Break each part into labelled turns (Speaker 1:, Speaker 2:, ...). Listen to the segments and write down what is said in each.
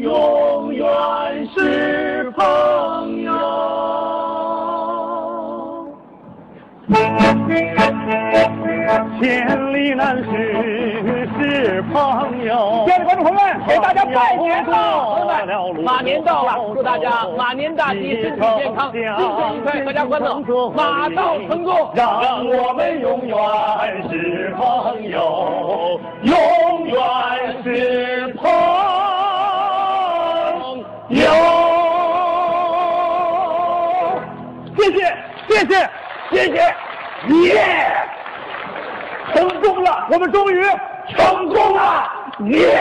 Speaker 1: 永远是朋友。千里难寻是朋友。
Speaker 2: 亲爱的观众朋友们，给大家拜年了，朋友们。
Speaker 1: 们
Speaker 3: 马年到了，祝大家马年大吉，身体健康，心情愉快，阖家欢乐，马到成功。
Speaker 1: 让我们永远是朋友，永远是朋友。
Speaker 2: 谢谢，谢谢，谢谢，耶、成功了，我们终于成功了，耶、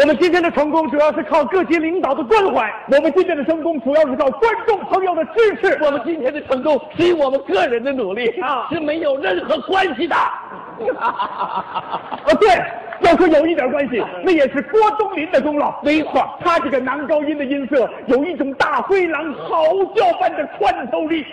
Speaker 2: 我们今天的成功主要是靠各级领导的关怀，我们今天的成功主要是靠观众朋友的支持。
Speaker 3: 我们今天的成功是以我们个人的努力
Speaker 2: 啊
Speaker 3: 是没有任何关系的。
Speaker 2: 啊，对，要说有一点关系，那也是郭冬临的功劳。没错，他这个男高音的音色有一种大灰狼嚎叫般的穿透力。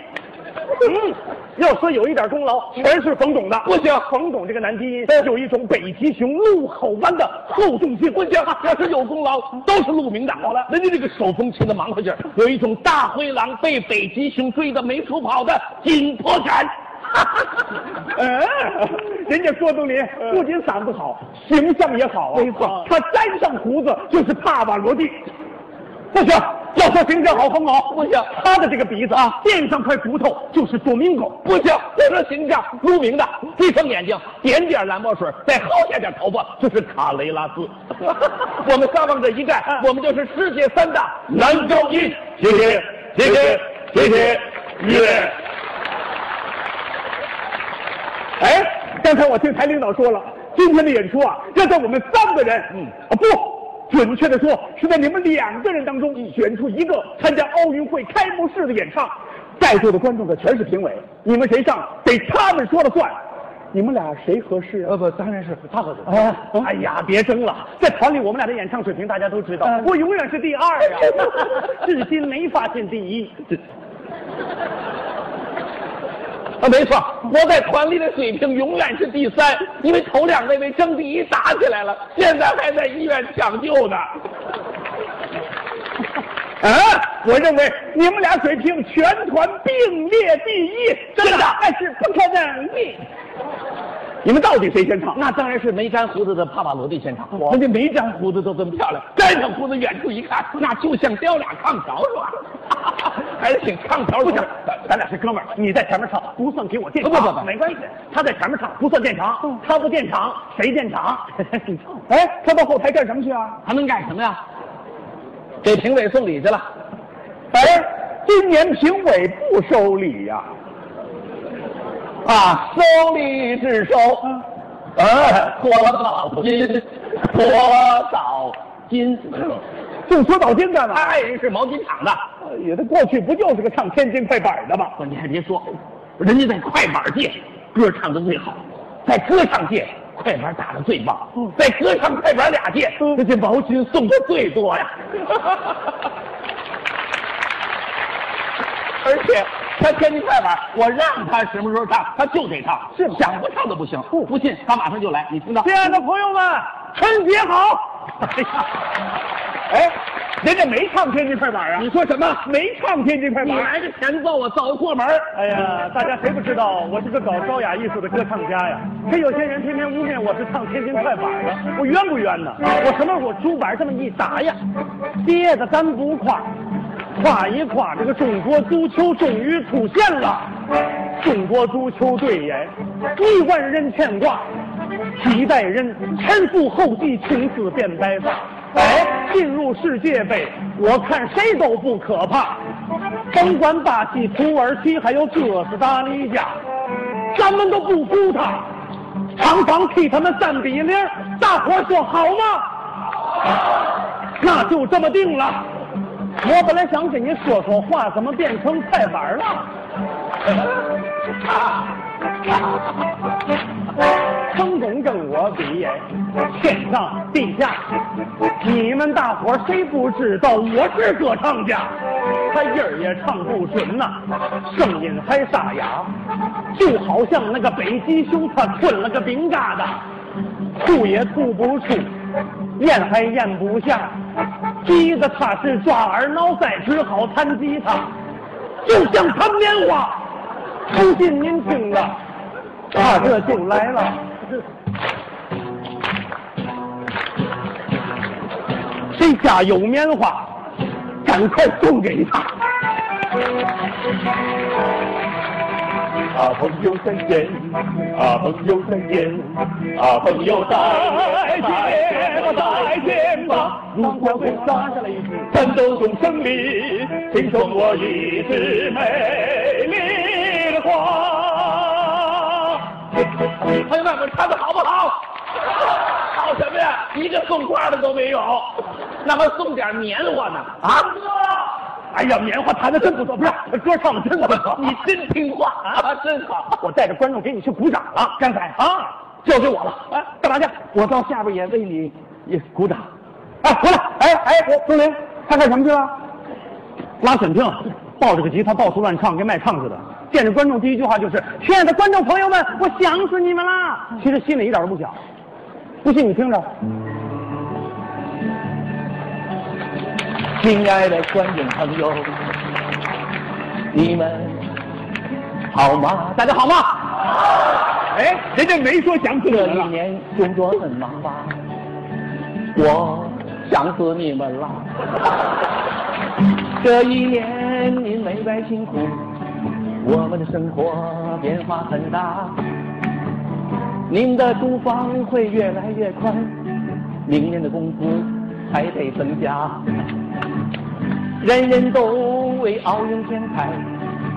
Speaker 2: 嗯， 要说有一点功劳，全是冯巩的。不行，冯巩这个男低音有一种北极熊怒吼般的厚重性。
Speaker 3: 不行，要是有功劳都是陆明的。好了，人家这个手风琴的忙活劲儿，有一种大灰狼被北极熊追得没处跑的紧迫感。
Speaker 2: 嗯，人家郭冬临
Speaker 3: 嗯
Speaker 2: 不仅嗓子好，形象也好啊。没错，他粘上胡子就是帕瓦罗蒂。不行，要说形象好，冯巩
Speaker 3: 不行
Speaker 2: 他的这个鼻子啊，垫上块骨头就是多明狗。
Speaker 3: 不行，这说形象，陆明的，闭上眼睛，点点蓝墨水，再薅下点头发，就是卡雷拉斯。 我们上往这一
Speaker 2: 嗯
Speaker 3: 站，我们就是世界三大男高音。
Speaker 1: 谢谢，谢谢，谢谢，耶！
Speaker 2: 哎，刚才我听台领导说了，今天的演出啊，要在我们三个人，嗯，啊不，准确的说是在你们两个人当中选出一个参加奥运会开幕式的演唱。在座的观众可全是评委，你们谁上得他们说了算。你们俩谁合适啊？
Speaker 3: 不，当然是他和我。
Speaker 2: 啊！哎呀，别争了，在团里我们俩的演唱水平大家都知道，我永远是第二呀， 至今没发现第一。
Speaker 3: 啊，没错，我在团里的水平永远是第三，因为头两位为争第一打起来了，现在还在医院抢救呢。
Speaker 2: 啊，我认为你们俩水平全团并列第一，真的，那是不可能的。你们到底谁先唱？
Speaker 3: 那当然是没粘胡子的帕瓦罗蒂现场，
Speaker 2: 人家没粘
Speaker 3: 胡子都这么漂亮，粘上胡子远处一看，那就像雕俩炕条是吧？ 还是挺炕条
Speaker 2: 不
Speaker 3: 不
Speaker 2: 行，咱俩是哥们儿，你在前面唱不算给我垫场，
Speaker 3: 不不不不哦
Speaker 2: 没关系，他在前面唱不算垫场，他不垫场谁垫场？ 哎，他到后台干什么去啊？
Speaker 3: 还能干什么呀？给评委送礼去了。
Speaker 2: 哎，今年评委不收礼呀、
Speaker 3: 啊，收礼之手，啊，多少金，多少金，
Speaker 2: 就说到今干嘛？
Speaker 3: 爱人是毛巾厂的。
Speaker 2: 也他过去不就是个唱天津快板的吗？
Speaker 3: 不，你还别说，人家在快板界歌唱的最好，在歌唱界快板打的最棒，
Speaker 2: 嗯
Speaker 3: 在歌唱快板俩界，人家毛巾送的最 多呀。而且他天津快板，我让他什么时候唱，他就得唱，
Speaker 2: 是吗嗯
Speaker 3: 想不唱都不行。不信他马上就来，你听到？
Speaker 2: 亲爱的朋友们，春节好！
Speaker 3: 哎呀
Speaker 2: 哎，人家没唱天津快板啊！
Speaker 3: 你说什么？
Speaker 2: 没唱天津快
Speaker 3: 你
Speaker 2: 板？
Speaker 3: 来的前奏啊，早过门儿。
Speaker 2: 哎呀，大家谁不知道我是个搞高雅艺术的歌唱家呀？可有些人偏偏污蔑我是唱天津快板的，我冤不冤呢？我什么时候我竹板这么一打呀，跌的咱不垮，垮一垮这个中国足球终于出现了，中国足球队也亿万人牵挂。几代人前赴后继，从此变白发。哎，进入世界杯，我看谁都不可怕，甭管巴西、土耳其，还有哥斯达黎加，咱们都不服他，常常替他们三比零。大伙儿说好吗？那就这么定了。我本来想跟你说说话，怎么变成快板了？成功跟我比耶，天上地下，你们大伙儿谁不知道我是歌唱家？他音儿也唱不准呐、声音还沙哑，就好像那个北极熊他吞了个冰疙瘩，吐也吐不出，咽还咽不下，急得他是抓耳挠腮，只好弹吉他，就像弹棉花。不信您听了，他啊这就来了。谁家有棉花，赶快送给他。
Speaker 1: 啊，朋友再见，啊，朋友再见，啊，朋友再见吧，再见吧。如果被
Speaker 2: 扎下来一句。
Speaker 1: 战斗中胜利，请送我一枝美丽的花。
Speaker 3: 朋友们，我唱的好不好？ 好什么呀？一个送花的都没有，那还送点棉花呢？啊！
Speaker 2: 哎呀，棉花弹的真不错，不是歌唱的真不错。
Speaker 3: 你真听话啊，真好！
Speaker 2: 我带着观众给你去鼓掌了，刚才啊，
Speaker 3: 交给我了。
Speaker 2: 哎，干嘛去？我到下边也为你也鼓掌。哎，回来，哎哎，我钟林，他干什么去了？拉选票，抱着个吉他到处乱唱，跟卖唱似的。见着观众第一句话就是：“亲爱的观众朋友们，我想死你们啦！”其实心里一点都不想，不信你听着。
Speaker 3: 亲爱的观众朋友，你们好吗？
Speaker 2: 大家好吗？
Speaker 3: 哎，人家没说想死
Speaker 4: 这一年工作很忙吧？我想死你们了。这一年您没白辛苦，我们的生活变化很大。您的厨房会越来越宽，明年的工资还得增加。人人都为奥运添彩，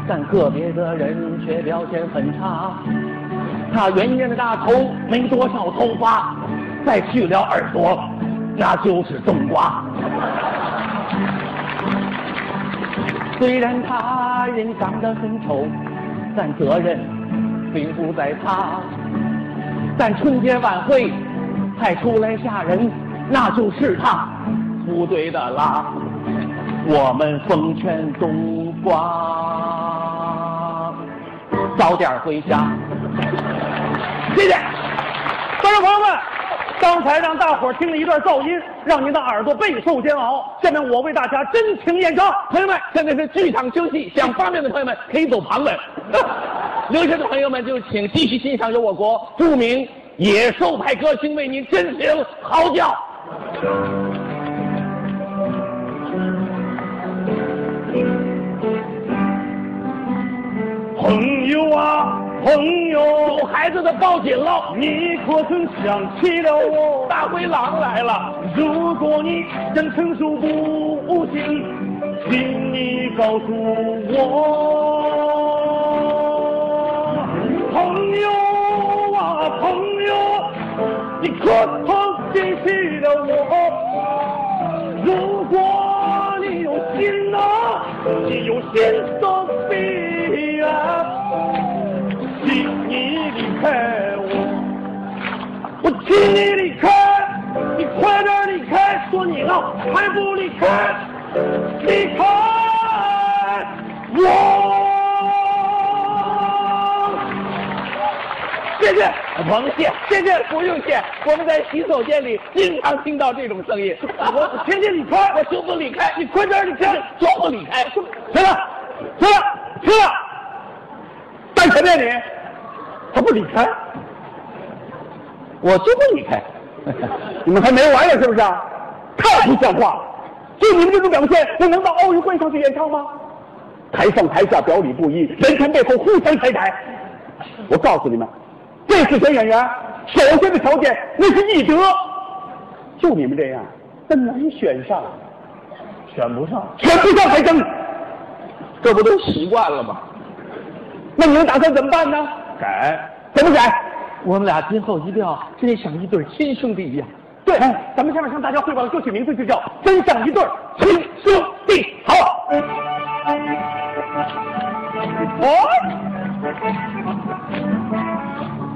Speaker 4: 但个别的人却表现很差。
Speaker 3: 那圆圆的大头没多少头发，再去了耳朵，那就是冬瓜。
Speaker 4: 虽然他人长得很丑，但责任并不在他。但春节晚会还出来吓人，那就是他不对的啦。我们奉劝冬瓜，早点回家。
Speaker 2: 谢谢。观众朋友们，刚才让大伙儿听了一段噪音，让您的耳朵备受煎熬。下面我为大家真情演唱。
Speaker 3: 朋友们，现在是剧场休息，想方便的朋友们可以走 旁门。留下的朋友们就请继续欣赏由我国著名野兽派歌星为您真情嚎叫。
Speaker 1: 朋友啊，朋
Speaker 3: 有
Speaker 1: 友，
Speaker 3: 孩子的报警喽，
Speaker 1: 你可曾想起了我？
Speaker 3: 大灰狼来了。
Speaker 1: 如果你真承受不行，请你告诉我，朋友啊朋友，你可曾记起了我？如果你有心啊，你有心的必然，请你离开我。我请你离开，你快点离开！说你呢，还不离开，离开我！
Speaker 3: 谢谢，甭谢，谢谢，不用谢。我们在洗手间里经常听到这种声音。我请你离开，我就不离开，你快点离开，就不离开。
Speaker 2: 谁了？谁了？谁了？
Speaker 3: 干什么呀你？
Speaker 2: 他不理开，
Speaker 3: 我就不离开。
Speaker 2: 你们还没完了是不是？太不像话了！就你们这种表现，我能到奥运会上去演唱吗？台上台下表里不一，人前背后互相拆台。我告诉你们，这次选演员首先的条件那是艺德，就你们这样，那难选上，
Speaker 1: 选不上，
Speaker 2: 选不上还争。
Speaker 3: 这不都习惯了吗？
Speaker 2: 那你们打算怎么办呢？
Speaker 1: 改。
Speaker 2: 怎么改？
Speaker 4: 我们俩今后一定要真像一对亲兄弟一样。
Speaker 2: 对，咱们下面向大家汇报的歌曲名字就叫《真相一对儿亲兄弟》。好，哦，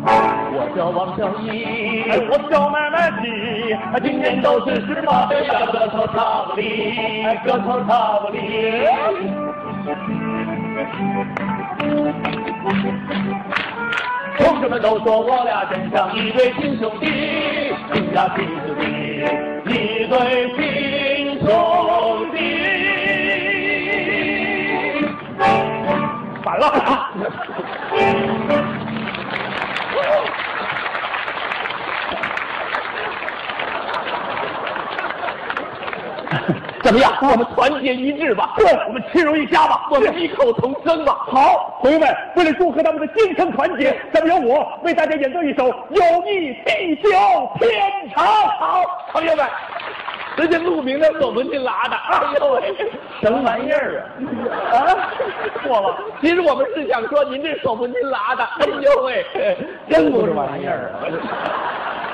Speaker 4: 我叫王小一，
Speaker 1: 哎，我叫买卖鸡，哎今年都是十八岁了，个头差不离，哎个头差不离。
Speaker 4: 同学们都说我俩真像一对亲兄弟，亲呀亲兄弟，一对亲兄弟。
Speaker 2: 反了。
Speaker 3: 怎么样？我们团结一致吧，
Speaker 2: 对，我们亲融一家吧。
Speaker 3: 我们异口同声吧。
Speaker 2: 好，朋友们，为了祝贺他们的精诚团结，咱们由我为大家演奏一首《友谊地久天长》。
Speaker 3: 好，朋友们，人家陆明的我们去拉的，哎呦喂，
Speaker 4: 什么玩意儿啊？
Speaker 2: 啊，错了，
Speaker 3: 其实我们是想说您这手不筋拉的，哎呦喂，真不是玩意儿啊！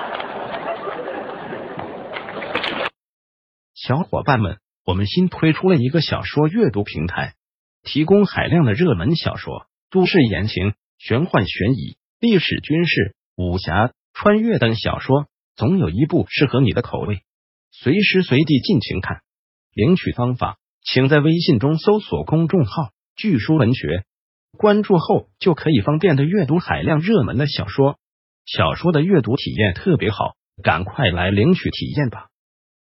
Speaker 5: 小伙伴们，我们新推出了一个小说阅读平台，提供海量的热门小说、都市言情、玄幻、悬疑、历史、军事、武侠、穿越等小说，总有一部适合你的口味。随时随地尽情看。领取方法，请在微信中搜索公众号“巨书文学”，关注后就可以方便的阅读海量热门的小说。小说的阅读体验特别好，赶快来领取体验吧！